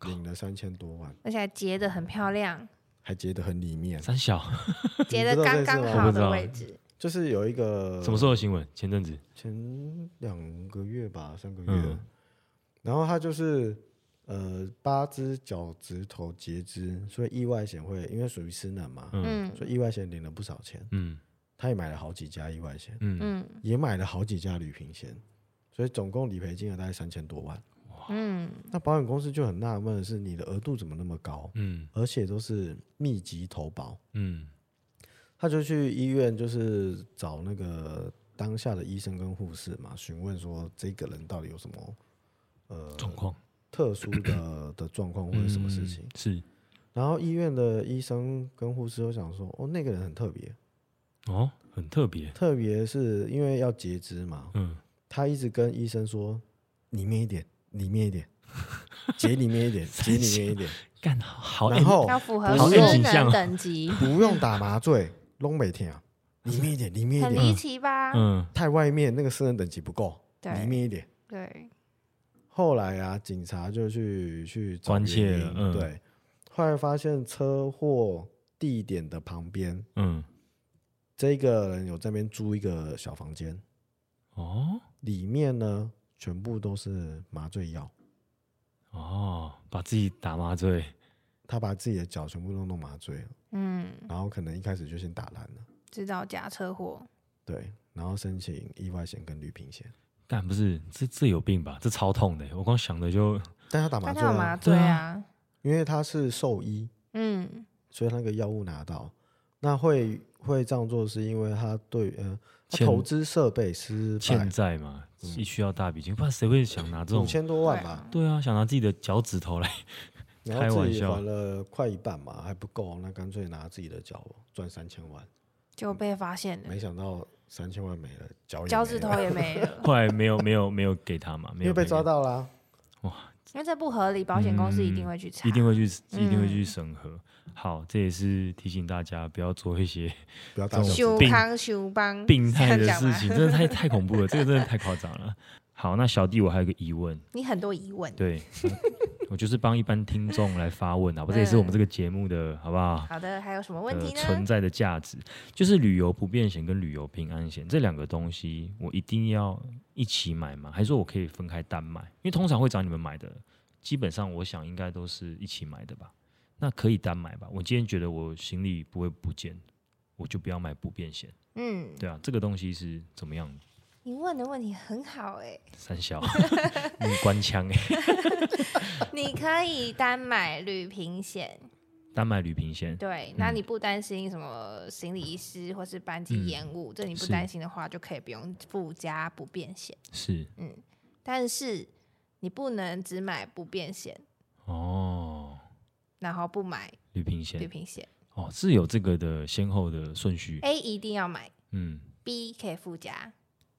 Speaker 1: 靠
Speaker 3: 领了三千多万，
Speaker 2: 而且还截的很漂亮，
Speaker 3: 还截得很里面。
Speaker 1: 三小
Speaker 2: 截的
Speaker 3: 知道
Speaker 2: 刚
Speaker 3: 这件事
Speaker 2: 刚
Speaker 3: 吗
Speaker 2: 好
Speaker 1: 我不知
Speaker 2: 的
Speaker 1: 道
Speaker 2: 位置。
Speaker 3: 就是有一个
Speaker 1: 什么时候的新闻？前阵子，
Speaker 3: 前两个月吧，三个月，
Speaker 1: 嗯
Speaker 3: 然后他就是呃八只脚趾头截肢，所以意外险会因为属于私人嘛，
Speaker 1: 嗯
Speaker 2: 嗯
Speaker 3: 所以意外险领了不少钱，
Speaker 1: 嗯
Speaker 3: 他也买了好几家意外险，
Speaker 1: 嗯，
Speaker 2: 嗯
Speaker 3: 也买了好几家旅平险，所以总共理赔金额大概三千多万。
Speaker 2: 嗯，
Speaker 3: 那保险公司就很纳闷的是，你的额度怎么那么高，
Speaker 1: 嗯
Speaker 3: 而且都是密集投保？
Speaker 1: 嗯
Speaker 3: 他就去医院，就是找那个当下的医生跟护士嘛，询问说这个人到底有什么
Speaker 1: 嗯，状况
Speaker 3: 特殊的的状况或者什么事情
Speaker 1: 嗯。是
Speaker 3: 然后医院的医生跟护士都想说，哦，那个人很特别，
Speaker 1: 哦，很特别，
Speaker 3: 特别是因为要截肢嘛，
Speaker 1: 嗯，
Speaker 3: 他一直跟医生说里面一点，里面 一点，截里面一点，截里面一点，
Speaker 1: 干 好，哎
Speaker 3: 然后
Speaker 2: 要符合
Speaker 1: 好
Speaker 2: 失
Speaker 1: 有景象
Speaker 2: 能
Speaker 1: 哦
Speaker 2: 等 级，
Speaker 3: 不用打麻醉，拢每天啊，里面一点，里面
Speaker 2: 很
Speaker 3: 一
Speaker 2: 离
Speaker 3: 点，
Speaker 2: 奇吧？
Speaker 1: 嗯
Speaker 3: 太外面那个私人等级不够，里
Speaker 2: 对
Speaker 3: 面一点。
Speaker 2: 对，
Speaker 3: 后来啊，警察就去去找
Speaker 1: 关切
Speaker 3: 原因
Speaker 1: 了嗯
Speaker 3: 对。后来发现车祸地点的旁边，
Speaker 1: 嗯，
Speaker 3: 这个人有在那边租一个小房间，
Speaker 1: 哦
Speaker 3: 里面呢全部都是麻醉药，
Speaker 1: 哦，把自己打麻醉，
Speaker 3: 他把自己的脚全部都弄麻醉了，
Speaker 2: 嗯，
Speaker 3: 然后可能一开始就先打烂了，
Speaker 2: 知道假车祸，
Speaker 3: 对，然后申请意外险跟旅平险，
Speaker 1: 干不是这这有病吧？这超痛的，我光想的就
Speaker 3: 但他打
Speaker 2: 大
Speaker 3: 麻醉
Speaker 2: 家有麻
Speaker 3: 啊，
Speaker 2: 醉
Speaker 1: 对
Speaker 2: 啊
Speaker 1: 啊，
Speaker 3: 因为他是兽医，
Speaker 2: 嗯，
Speaker 3: 所以他那个药物拿到，那会会这样做是因为他对呃，他
Speaker 1: 欠
Speaker 3: 投资设备失败嗯
Speaker 1: 欠债嘛，一需要大笔钱，不然谁会想拿这
Speaker 3: 五
Speaker 1: 种？
Speaker 3: 千多万吧，
Speaker 1: 对啊，想拿自己的脚趾头来
Speaker 3: 你要自己
Speaker 1: 开玩笑
Speaker 3: 还了快一半嘛，还不够，那干脆拿自己的脚赚三千万。
Speaker 2: 就被发现了，
Speaker 3: 没想到三千万没了，脚也
Speaker 2: 脚
Speaker 3: 没
Speaker 2: 趾
Speaker 3: 了
Speaker 2: 头也没了，
Speaker 1: 后来没有没有没有给他嘛，没
Speaker 3: 因
Speaker 1: 有
Speaker 3: 为被
Speaker 1: 给
Speaker 3: 抓到啦、
Speaker 2: 因为这不合理，保险公司一
Speaker 1: 嗯
Speaker 2: 定会去查，
Speaker 1: 一定会去一定会去
Speaker 2: 嗯
Speaker 1: 审核。好，这也是提醒大家不要做一些
Speaker 3: 不要打小
Speaker 1: 这
Speaker 3: 指
Speaker 1: 种
Speaker 2: 修
Speaker 3: 头。
Speaker 1: 病
Speaker 2: 康修帮
Speaker 1: 病态的
Speaker 2: 这样讲
Speaker 1: 事
Speaker 2: 吗
Speaker 1: 情，真的太太恐怖了，这个真的太夸张了。好，那小弟我还有个疑问，
Speaker 2: 你很多疑问。
Speaker 1: 对， 我就是帮一般听众来发问，啊好不好？这也是
Speaker 2: 嗯
Speaker 1: 我们这个节目的，好不好？
Speaker 2: 好的，还有什么问
Speaker 1: 呃
Speaker 2: 题，
Speaker 1: 存
Speaker 2: 呢？
Speaker 1: 在啊的价值，就是旅游不便险跟旅游平安险这两个东西，我一定要一起买吗？还是说我可以分开单买？因为通常会找你们买的，基本上我想应该都是一起买的吧。那可以单买吧？我今天觉得我行李不会不见，我就不要买不便险，
Speaker 2: 嗯，
Speaker 1: 对啊，这个东西是怎么样的？
Speaker 2: 你问的问题很好哎，
Speaker 1: 三 小，你官腔哎、
Speaker 2: 你可以单买旅平险，
Speaker 1: 单买旅平险，
Speaker 2: 对，那
Speaker 1: 嗯
Speaker 2: 你不担心什么行李遗失或是班机
Speaker 1: 嗯
Speaker 2: 延误，这你不
Speaker 1: 是
Speaker 2: 担心的话，就可以不用附加不便险。
Speaker 1: 是
Speaker 2: 但是你不能只买不便险，
Speaker 1: 哦，
Speaker 2: 然后不买
Speaker 1: 旅平
Speaker 2: 旅哎
Speaker 1: 险
Speaker 2: 平险。
Speaker 1: 哦是有这个的先后的顺序，
Speaker 2: A 一定要买
Speaker 1: 嗯，
Speaker 2: ，B 可以附加，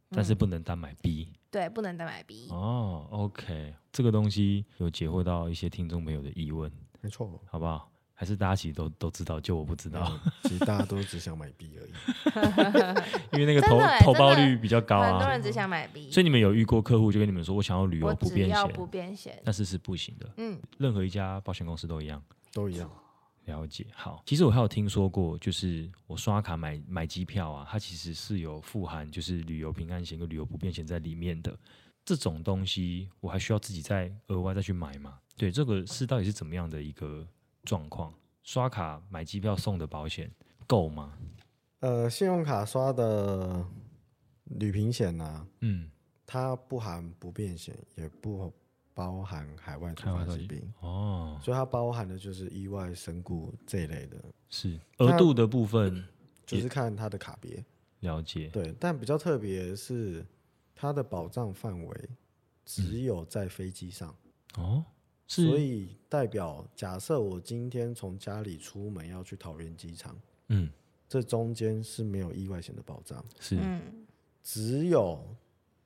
Speaker 1: 但
Speaker 2: 嗯
Speaker 1: 是不能单买 B。
Speaker 2: 对，不能单买 B。
Speaker 1: 哦，OK，这个东西有解惑到一些听众朋友的疑问，
Speaker 3: 没错，
Speaker 1: 好不好？还是大家其实都都知道，就我不知道，
Speaker 2: 嗯
Speaker 3: 其实大家都只想买币而已。
Speaker 1: 因为那个
Speaker 2: 真
Speaker 1: 投
Speaker 2: 的欸
Speaker 1: 投
Speaker 2: 真
Speaker 1: 报
Speaker 2: 的
Speaker 1: 率比较高
Speaker 2: 很多
Speaker 1: 啊。
Speaker 2: 人只想买 B，
Speaker 1: 所以你们有遇过客户就跟你们说，我想要旅游
Speaker 2: 我
Speaker 1: 不
Speaker 2: 只
Speaker 1: 便
Speaker 2: 要
Speaker 1: 险，
Speaker 2: 不便险。
Speaker 1: 但是是不行的，
Speaker 2: 嗯，
Speaker 1: 任何一家保险公司都一样。
Speaker 3: 都一样，
Speaker 1: 了解，好。其实我还有听说过，就是我刷卡买买机票啊，它其实是有富含就是旅游平安险跟旅游不便险在里面的。这种东西我还需要自己再额外再去买吗？对，这个是到底是怎么样的一个状况？刷卡买机票送的保险够吗？
Speaker 3: 呃，信用卡刷的旅平险呢、
Speaker 1: 嗯，
Speaker 3: 它不含不便险，也不包含海外突
Speaker 1: 海外
Speaker 3: 发
Speaker 1: 突发
Speaker 3: 疾
Speaker 1: 疾
Speaker 3: 病，
Speaker 1: 哦，
Speaker 3: 所以它包含的就是意外、身故这一类的，
Speaker 1: 是
Speaker 3: 那
Speaker 1: 额度的部分
Speaker 3: 就是看它的卡别。
Speaker 1: 了解，
Speaker 3: 对，但比较特别是它的保障范围只有在飞机上，
Speaker 1: 哦，
Speaker 3: 所
Speaker 1: 是，
Speaker 3: 以代表假设我今天从家里出门要去桃园机场，
Speaker 1: 嗯，
Speaker 3: 这中间是没有意外险的保障，
Speaker 1: 是，
Speaker 2: 嗯，
Speaker 3: 只有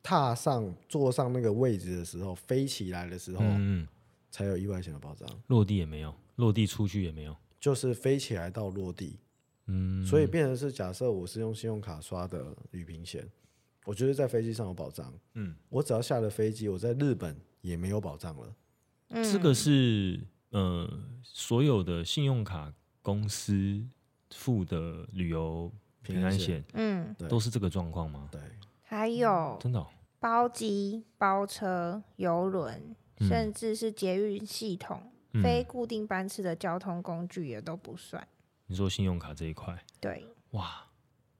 Speaker 3: 踏上坐上那个位置的时候，飞起来的时候、
Speaker 1: 嗯嗯，
Speaker 3: 才有意外险的保障。
Speaker 1: 落地也没有，落地出去也没有，
Speaker 3: 就是飞起来到落地，
Speaker 1: 嗯，
Speaker 3: 所以变成是假设我是用信用卡刷的旅平险，我觉得在飞机上有保障。
Speaker 1: 嗯，
Speaker 3: 我只要下了飞机，我在日本也没有保障了。
Speaker 2: 嗯
Speaker 1: 这个是呃，所有的信用卡公司付的旅游
Speaker 3: 平
Speaker 1: 平安
Speaker 3: 安险
Speaker 1: 险
Speaker 2: 嗯，
Speaker 3: 对
Speaker 1: 都是这个状况吗？
Speaker 3: 对，
Speaker 2: 还有
Speaker 1: 真的哦、
Speaker 2: 包机、包车、游轮，
Speaker 1: 嗯
Speaker 2: 甚至是捷运系统、非
Speaker 1: 嗯，
Speaker 2: 固定班次的交通工具也都不算。
Speaker 1: 你说信用卡这一块，
Speaker 2: 对，
Speaker 1: 哇，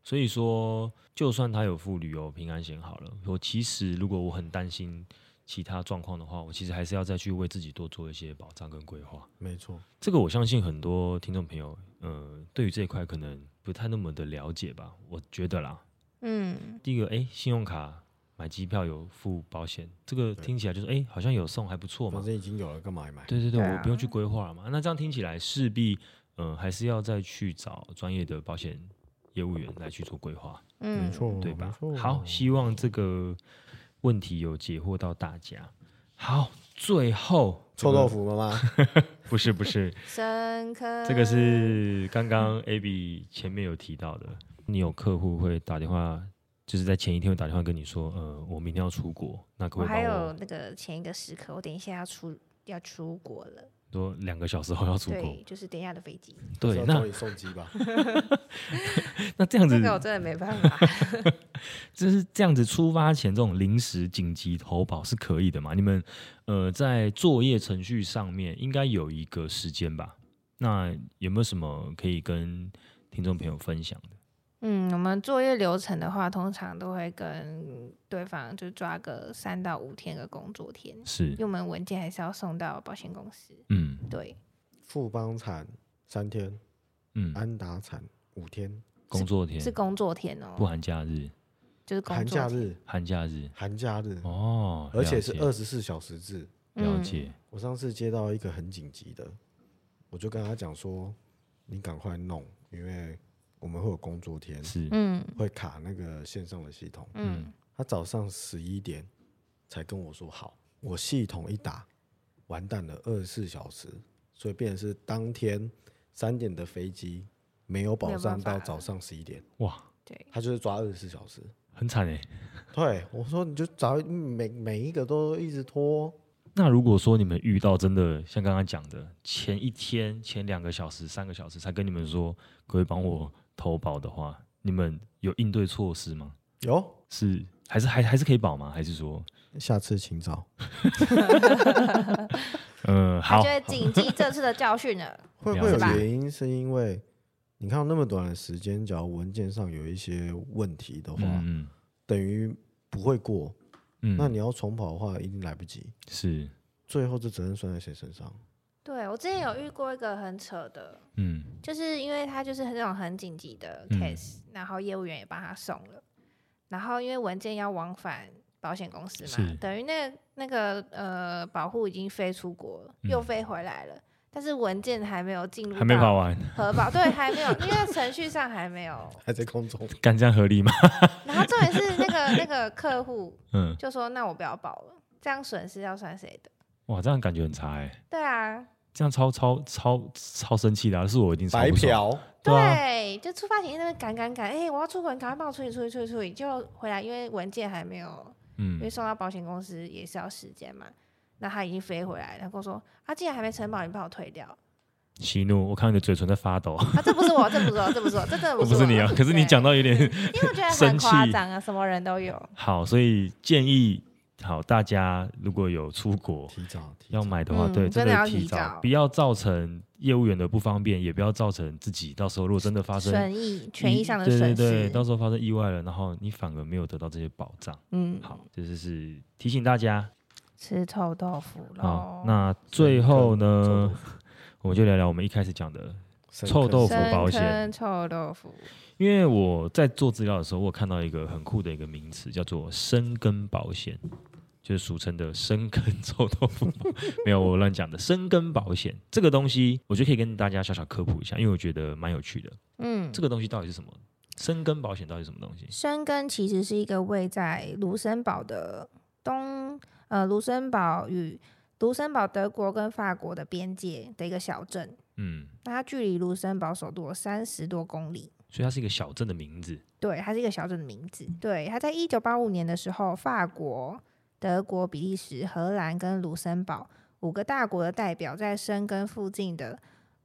Speaker 1: 所以说就算他有付旅游平安险好了，我其实如果我很担心其他状况的话，我其实还是要再去为自己多做一些保障跟规划。
Speaker 3: 没错，
Speaker 1: 这个我相信很多听众朋友，呃，对于这一块可能不太那么的了解吧，我觉得啦，
Speaker 2: 嗯，
Speaker 1: 第一个，哎、信用卡买机票有付保险，这个听起来就是，哎、好像有送，还不错嘛
Speaker 3: 反。正已经有了，干嘛还买？
Speaker 1: 对对对，
Speaker 2: 对啊
Speaker 1: 我不用去规划了嘛。那这样听起来势必，呃，还是要再去找专业的保险业务员来去做规划，
Speaker 3: 哦
Speaker 2: 嗯，
Speaker 1: 对吧？好，希望这个问题有解惑到大家。好，最后
Speaker 3: 臭豆，腐妈妈，
Speaker 1: 不是不是，
Speaker 2: 深刻。
Speaker 1: 这个是刚刚
Speaker 2: 嗯
Speaker 1: Abby 前面有提到的，你有客户会打电话，就是在前一天会打电话跟你说，呃，我明天要出国，那可
Speaker 2: 我
Speaker 1: 不可以
Speaker 2: 还
Speaker 1: 帮
Speaker 2: 有
Speaker 1: 我
Speaker 2: 那个前一个时刻，我等一下要出要出国了，
Speaker 1: 说两个小时后要出国
Speaker 2: 对，？就是等一下的飞机，
Speaker 3: 就
Speaker 1: 对，
Speaker 3: 是要
Speaker 1: 那
Speaker 3: 找你送机 吧。
Speaker 1: 那这样
Speaker 2: 这
Speaker 1: 子
Speaker 2: 个我真的没办法。
Speaker 1: 就是这样子，出发前这种临时紧急投保是可以的嘛？你们呃在作业程序上面应该有一个时间吧？那有没有什么可以跟听众朋友分享的？
Speaker 2: 嗯，我们作业流程的话，通常都会跟对方就抓个三到五天的工作天，
Speaker 1: 是
Speaker 2: 因，为我们文件还是要送到保险公司。
Speaker 1: 嗯
Speaker 2: 对，
Speaker 3: 富邦产三天，
Speaker 1: 嗯，
Speaker 3: 安达产五天，
Speaker 1: 工作天
Speaker 2: 是工作天哦，
Speaker 1: 不含假日，
Speaker 2: 就是工
Speaker 3: 寒
Speaker 2: 作
Speaker 3: 假
Speaker 2: 天，
Speaker 3: 日，
Speaker 1: 含假日
Speaker 3: 寒假日，
Speaker 1: 哦，
Speaker 3: 而且是
Speaker 1: 了解
Speaker 3: 二十四小时制。
Speaker 1: 了
Speaker 2: 嗯
Speaker 1: 解，
Speaker 3: 我上次接到一个很紧急的，我就跟他讲说，你赶快弄，因为我们会有工作天，
Speaker 1: 是
Speaker 2: 嗯
Speaker 3: 会卡那个线上的系统。
Speaker 2: 嗯，
Speaker 3: 他早上十一点才跟我说好，我系统一打，完蛋了，二十四小时，所以变成是当天三点的飞机没有保
Speaker 2: 没
Speaker 3: 障
Speaker 2: 有办法
Speaker 3: 到早上十一点，
Speaker 1: 哇，
Speaker 2: 对，
Speaker 3: 他就是抓二十四小时。
Speaker 1: 很惨哎。
Speaker 3: 对，我说你就找每每一个都一直拖，
Speaker 1: 那如果说你们遇到真的像刚刚讲的，前一天、前两个小时、三个小时才跟你们说可不可以帮我投保的话，你们有应对措施吗？
Speaker 3: 有
Speaker 1: 是还是还还是可以保吗？还是说，
Speaker 3: 下次请早，
Speaker 1: 呃，好
Speaker 2: 他就，会谨记这次的教 训了。
Speaker 3: 会
Speaker 1: 了
Speaker 3: 会有
Speaker 1: 解吧
Speaker 3: 原因是因为你看到那么短的时间，只要文件上有一些问题的话，
Speaker 1: 嗯
Speaker 3: 等于不会过，
Speaker 1: 嗯
Speaker 3: 那你要重跑的话一定来不及，
Speaker 1: 是
Speaker 3: 最后这责任算在谁身上？
Speaker 2: 对我之前有遇过一个很扯的，
Speaker 1: 嗯
Speaker 2: 就是因为他就是那种很紧急的
Speaker 1: 嗯
Speaker 2: case，、然后业务员也帮他送了，然后因为文件要往返保险公司嘛
Speaker 1: 是，
Speaker 2: 等于那个那个呃保护已经飞出国了，又
Speaker 1: 嗯
Speaker 2: 飞回来了，但是文件还没有进入
Speaker 1: 还没跑
Speaker 2: 到
Speaker 1: 完，
Speaker 2: 核保，对，还没有，因为程序上还没有。
Speaker 3: 还在空中，
Speaker 1: 干这样合理吗？
Speaker 2: 然后重点是那个那个客户
Speaker 1: 嗯，
Speaker 2: 就说：“那我不要保了，这样损失要算谁的
Speaker 1: 哇，这样感觉很差哎、？”
Speaker 2: 对啊，
Speaker 1: 这样超超超超生气的、啊，是我一定超
Speaker 3: 白
Speaker 1: 不爽，
Speaker 3: 嫖。
Speaker 1: 对啊
Speaker 2: 对，就出发前一直在那边赶赶赶，哎、我要出国，你赶快帮我处理处理处理处理，就回来，因为文件还没有，因为
Speaker 1: 嗯，
Speaker 2: 送到保险公司也是要时间嘛。那他已经飞回来了，他跟我说：“啊，既然还没承保，你帮我退掉。
Speaker 1: 息怒，我看你的嘴唇在发抖，
Speaker 2: 啊，这不是我，这不是我，这不是我，这真的
Speaker 1: 我不
Speaker 2: 是
Speaker 1: 是你啊，可是你讲
Speaker 2: 到，
Speaker 1: 到有点
Speaker 2: 因为我觉 得
Speaker 1: 生
Speaker 2: 很
Speaker 1: 气
Speaker 2: 夸张啊，什么人都有。
Speaker 1: 好，所以建议好大家如果有出国
Speaker 3: 提早提早
Speaker 1: 要买的话，
Speaker 2: 嗯
Speaker 1: 对，
Speaker 2: 真的
Speaker 1: 的
Speaker 2: 要
Speaker 1: 提
Speaker 2: 提
Speaker 1: 早
Speaker 2: 早，
Speaker 1: 不要造成业务员的不方便，也不要造成自己到时候如果真的发生
Speaker 2: 损益、权
Speaker 1: 意
Speaker 2: 益上的损
Speaker 1: 对
Speaker 2: 失，
Speaker 1: 对对，到时候发生意外了，然后你反而没有得到这些保障。
Speaker 2: 嗯，
Speaker 1: 好，这就是提醒大家。
Speaker 2: 吃臭豆腐
Speaker 1: 好
Speaker 2: 喽，。
Speaker 1: 那最后
Speaker 3: 呃
Speaker 1: 呢，我们就聊聊我们一开始讲的，
Speaker 3: 深
Speaker 1: 臭
Speaker 3: 刻
Speaker 1: 豆腐
Speaker 2: 深
Speaker 1: 保险
Speaker 2: 坑臭豆腐，
Speaker 1: 因为我在做资料的时候，我有看到一个很酷的一个名词，叫做生根保险，就是俗称的生根 臭豆腐保。没有，我乱讲的。生根保险这个东西，我觉得可以跟大家小小科普一下，因为我觉得蛮有趣的。
Speaker 2: 嗯，
Speaker 1: 这个东西到底是什么？生根保险到底是什么东西？
Speaker 2: 深根其实是一个位在卢森堡的东，呃，卢森堡与卢森堡德国跟法国的边界的一个小镇。
Speaker 1: 嗯，
Speaker 2: 那它距离卢森堡首都有三十多公里。
Speaker 1: 所以它是一个小镇的名字。
Speaker 2: 对，它是一个小镇的名字。对，它在一九八五年的时候，法国、德国、比利时、荷兰跟卢森堡五个大国的代表在深根附近的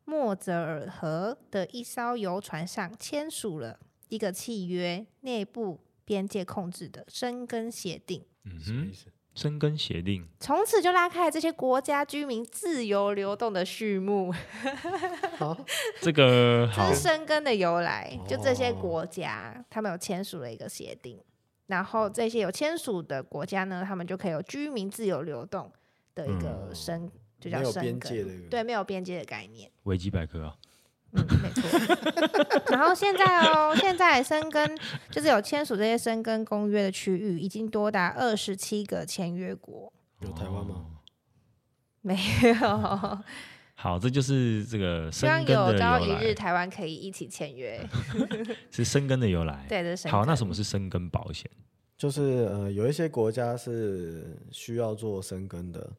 Speaker 2: 莫泽尔河的一艘游船上签署了一个契约，内部边界控制的深根协定。
Speaker 1: 嗯
Speaker 3: 什么意
Speaker 1: 哼，
Speaker 3: 思？
Speaker 1: 生根协定，
Speaker 2: 从此就拉开了这些国家居民自由流动的序幕，
Speaker 3: 好，
Speaker 1: 这个好
Speaker 2: 这是生根的由来。就这些
Speaker 3: 哦
Speaker 2: 国家，他们有签署了一个协定，然
Speaker 3: 嗯
Speaker 2: 后这些有签署的国家呢，他们就可以有居民自由流动的一个
Speaker 3: 嗯
Speaker 2: 生，就
Speaker 3: 没
Speaker 2: 叫
Speaker 3: 有
Speaker 2: 生
Speaker 3: 边
Speaker 2: 根
Speaker 3: 界的一个
Speaker 2: 对，没有边界的概念。
Speaker 1: 维基百科啊。
Speaker 2: 嗯，没错。 然后现在哦，现在生根就是有签署这些生根公约的区域，已经多达二十七个签约国。
Speaker 3: 有台湾吗？
Speaker 1: 哦
Speaker 2: 没有，
Speaker 1: 好，这就是这个
Speaker 2: 希
Speaker 1: 生
Speaker 2: 望
Speaker 1: 根的
Speaker 2: 有
Speaker 1: 由
Speaker 2: 朝一日
Speaker 1: 来，
Speaker 2: 台湾可以一起签约。
Speaker 1: 是生根的由来。
Speaker 2: 对，这是生
Speaker 1: 好，那
Speaker 2: 根
Speaker 1: 什么是生根保险？
Speaker 3: 就是呃，有一些国家是需要做深耕的，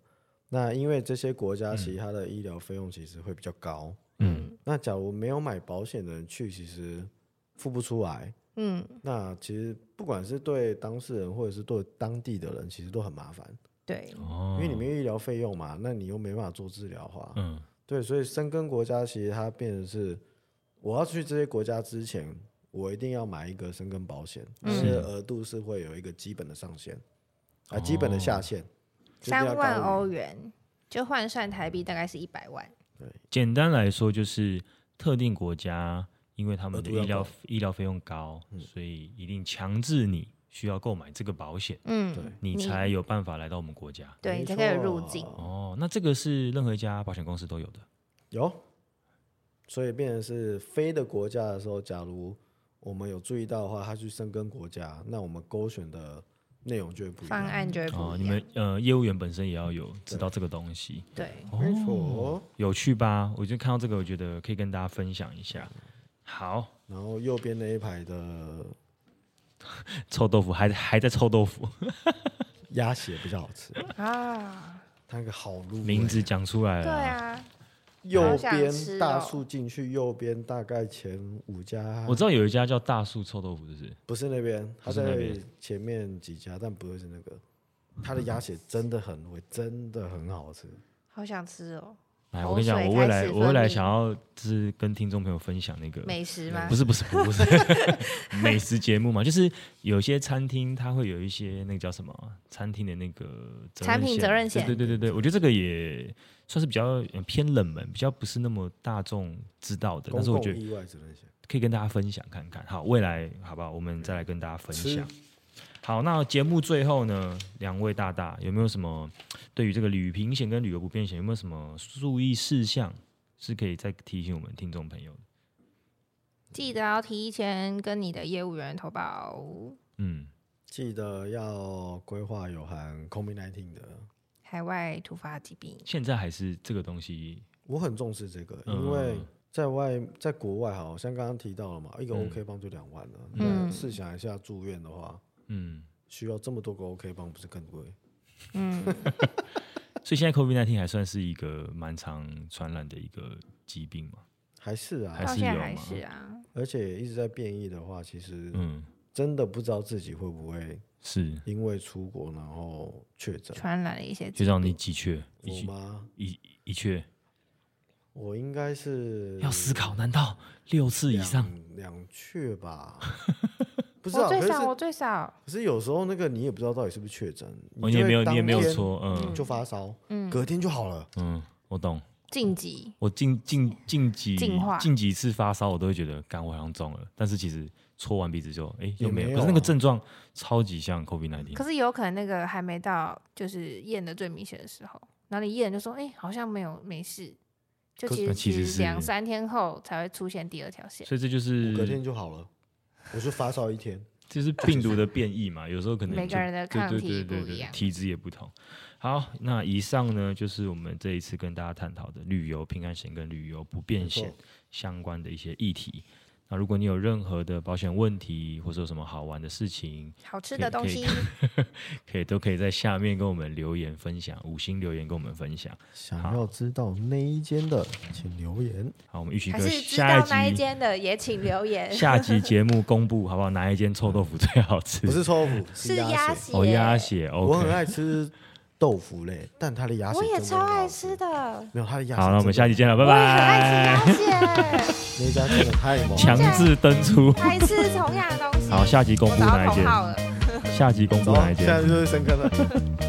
Speaker 3: 那因为这些国家其实它的医疗费用其实会比较高，
Speaker 1: 嗯
Speaker 3: 那假如没有买保险的人去，其实付不出来。
Speaker 2: 嗯，
Speaker 3: 那其实不管是对当事人或者是对当地的人，其实都很麻烦，
Speaker 2: 对，
Speaker 1: 哦
Speaker 3: 因为你没有医疗费用嘛，那你又没办法做治疗的话，
Speaker 1: 嗯
Speaker 3: 对，所以深耕国家其实它变成是，我要去这些国家之前，我一定要买一个深耕保险，
Speaker 2: 嗯
Speaker 3: 这个额度是会有一个基本的上限，啊，基本的下限，就一定要
Speaker 2: 三万
Speaker 3: 高于
Speaker 2: 欧元就换算台币大概是一百万。
Speaker 1: 简单来说，就是特定国家因为他们的
Speaker 3: 额度
Speaker 1: 医疗
Speaker 3: 要高嗯
Speaker 1: 医疗费用高，所以一定强制你需要购买这个保险，
Speaker 2: 嗯，
Speaker 1: 你
Speaker 2: 你
Speaker 1: 才有办法来到我们国家。
Speaker 2: 对，
Speaker 3: 没
Speaker 2: 你才可以入
Speaker 3: 错
Speaker 2: 境。
Speaker 1: 哦，那这个是任何一家保险公司都有的。
Speaker 3: 有，所以变成是飞的国家的时候，假如我们有注意到的话，他去深耕国家，那我们勾选的内容就会不一
Speaker 2: 方
Speaker 3: 样。
Speaker 2: 案就会
Speaker 1: 哦
Speaker 3: 啊
Speaker 2: 不，
Speaker 1: 你
Speaker 2: 一样
Speaker 1: 们。呃业务员本身也要有知道这个东西，
Speaker 2: 对，
Speaker 1: 哦
Speaker 3: 没错。
Speaker 1: 有趣吧？我就看到这个，我觉得可以跟大家分享一下。
Speaker 3: 嗯
Speaker 1: 好，
Speaker 3: 然后右边那一排的
Speaker 1: 臭豆腐还还在臭豆腐，
Speaker 3: 啊鸭血比较好吃，
Speaker 2: 啊，
Speaker 3: 它那个好入味
Speaker 1: 名字讲出来
Speaker 2: 对
Speaker 1: 了。
Speaker 2: 啊，
Speaker 3: 右
Speaker 2: 好想吃
Speaker 3: 边
Speaker 2: 哦
Speaker 3: 大树进去，右边大概前五家，
Speaker 1: 我知道有一家叫大树臭豆腐，就是
Speaker 3: 不是那边，
Speaker 1: 不
Speaker 3: 它
Speaker 1: 是那
Speaker 3: 在
Speaker 1: 边
Speaker 3: 前面几家，但不会是那个。它的鸭血真的很味，真的很好吃。
Speaker 2: 好想吃哦，
Speaker 1: 哎，
Speaker 2: 口
Speaker 1: 我跟你讲，
Speaker 2: 水
Speaker 1: 我未
Speaker 2: 开
Speaker 1: 来
Speaker 2: 始
Speaker 1: 我未来
Speaker 2: 分泌
Speaker 1: 想要就是跟听众朋友分享那个
Speaker 2: 美食吗
Speaker 1: 不？是不是不是 美食节目嘛，就是有些餐厅它会有一些那个叫什么啊餐厅的那个责任
Speaker 2: 产品责任险
Speaker 1: 对对对对对，我觉得这个也算是比较呃偏冷门，比较不是那么大众知道的，
Speaker 3: 公
Speaker 1: 但是我
Speaker 3: 共
Speaker 1: 觉得
Speaker 3: 意外只能选
Speaker 1: 可以跟大家分享看看。好，未来好不好？我们再来跟大家分
Speaker 3: 吃
Speaker 1: 享。好，那节目最后呢，两位大大有没有什么对于这个旅平险跟旅游不便险有没有什么注意事项是可以再提醒我们听众朋友的？
Speaker 2: 记得要提前跟你的业务员投保，
Speaker 1: 嗯，
Speaker 3: 记得要规划有含 COVID-19 的。
Speaker 2: 海外突发疾病。
Speaker 1: 现在还是这个东西
Speaker 3: 我很重视这个，
Speaker 1: 嗯
Speaker 3: 因为在外在国外好像刚刚提到了嘛，一个
Speaker 1: 嗯
Speaker 3: OK 棒就两万了。
Speaker 2: 嗯
Speaker 3: 那试想一下住院的话，
Speaker 1: 嗯，
Speaker 3: 需要这么多个 OK 棒，不是更贵？
Speaker 2: 嗯，
Speaker 1: 所以现在 COVID 1 9还算是一个蛮常传染的一个疾病嘛。
Speaker 3: 还是啊，
Speaker 1: 还
Speaker 2: 到
Speaker 1: 是
Speaker 2: 现在
Speaker 1: 有
Speaker 2: 还
Speaker 1: 吗
Speaker 2: 是啊，
Speaker 3: 而且一直在变异的话，其实
Speaker 1: 嗯，
Speaker 3: 真的不知道自己会不会
Speaker 1: 是
Speaker 3: 因为出国然后确诊。
Speaker 2: 传染了一些
Speaker 1: 学
Speaker 2: 疾病。
Speaker 1: 长，你几确？
Speaker 3: 我
Speaker 1: 一确
Speaker 3: 吗？
Speaker 1: 一一确
Speaker 3: 我应该是
Speaker 1: 要思考？难道六次以上？
Speaker 3: 两两确 吧？不知道，
Speaker 2: 我最
Speaker 3: 可是
Speaker 2: 少，我最少，
Speaker 3: 可是有时候那个你也不知道到底是不是确诊，
Speaker 1: 哦，你也没有，你
Speaker 3: 就会
Speaker 1: 也没有
Speaker 3: 当天
Speaker 1: 错，嗯
Speaker 3: 就发烧，
Speaker 2: 嗯
Speaker 3: 隔天就好了。
Speaker 1: 嗯，我懂。
Speaker 2: 晋级
Speaker 1: 我近近近几
Speaker 2: 进化
Speaker 1: 近几次发烧，我都会觉得，干我好像中了，但是其实搓完鼻子就，哎、又
Speaker 3: 也
Speaker 1: 没有。
Speaker 3: 没
Speaker 1: 可是
Speaker 3: 有
Speaker 1: 那个
Speaker 3: 啊
Speaker 1: 症状超级像 COVID 1 9
Speaker 2: 可是有可能那个还没到就是验的最明显的时候，然后你验就说，哎、好像没有没事，就
Speaker 1: 可
Speaker 2: 其
Speaker 1: 那
Speaker 2: 实
Speaker 1: 其实
Speaker 2: 是
Speaker 1: 是
Speaker 2: 两三天后才会出现第二条线。
Speaker 1: 所以这就是
Speaker 3: 我隔天就好了，我就发烧一天。
Speaker 1: 就是病毒的变异嘛，有时候可能
Speaker 2: 每
Speaker 1: 就
Speaker 2: 个人的抗
Speaker 1: 对
Speaker 2: 体
Speaker 1: 对对
Speaker 2: 不
Speaker 1: 对
Speaker 2: 一
Speaker 1: 对
Speaker 2: 样
Speaker 1: 体质也不同。好，那以上呢就是我们这一次跟大家探讨的旅游平安险跟旅游不便险
Speaker 3: 没错
Speaker 1: 相关的一些议题。那如果你有任何的保险问题，或者有什么好玩的事情，
Speaker 2: 好吃
Speaker 1: 可以
Speaker 2: 的东
Speaker 1: 可以
Speaker 2: 西，
Speaker 1: 可以都可以在下面跟我们留言分享，五星留言跟我们分享。
Speaker 3: 想要知道那一间的，请留言。
Speaker 1: 好，我们玉琪
Speaker 2: 还
Speaker 1: 哥
Speaker 2: 是知
Speaker 1: 下
Speaker 2: 道那
Speaker 1: 一
Speaker 2: 一
Speaker 1: 集
Speaker 2: 间的也请留 言。
Speaker 1: 下集节目公布好不好？哪一间臭豆腐最好吃？
Speaker 3: 不是臭 豆腐，
Speaker 2: 是鸭
Speaker 3: 鸭血。
Speaker 2: 血，
Speaker 1: 哦，鸭血
Speaker 3: 我很
Speaker 1: ，OK。
Speaker 3: 爱吃豆腐类，但它的鸭血
Speaker 2: 我也
Speaker 3: 真的
Speaker 2: 超
Speaker 3: 很好
Speaker 2: 爱吃。的，
Speaker 3: 没有它的鸭血真的很好吃。
Speaker 1: 好，那我们下集见了，拜
Speaker 2: 我也很爱
Speaker 1: 拜。
Speaker 2: 吃鸭 血，
Speaker 3: 那一家真的太猛了。
Speaker 1: 强制登 出。
Speaker 2: 还吃同样的东西。
Speaker 1: 好，下集公
Speaker 2: 我
Speaker 1: 布
Speaker 2: 找
Speaker 1: 哪一
Speaker 2: 到同
Speaker 1: 间？
Speaker 2: 号了。
Speaker 1: 下集公布
Speaker 3: 走啊
Speaker 1: 哪一
Speaker 3: 现
Speaker 1: 间？
Speaker 3: 在就是深坑了。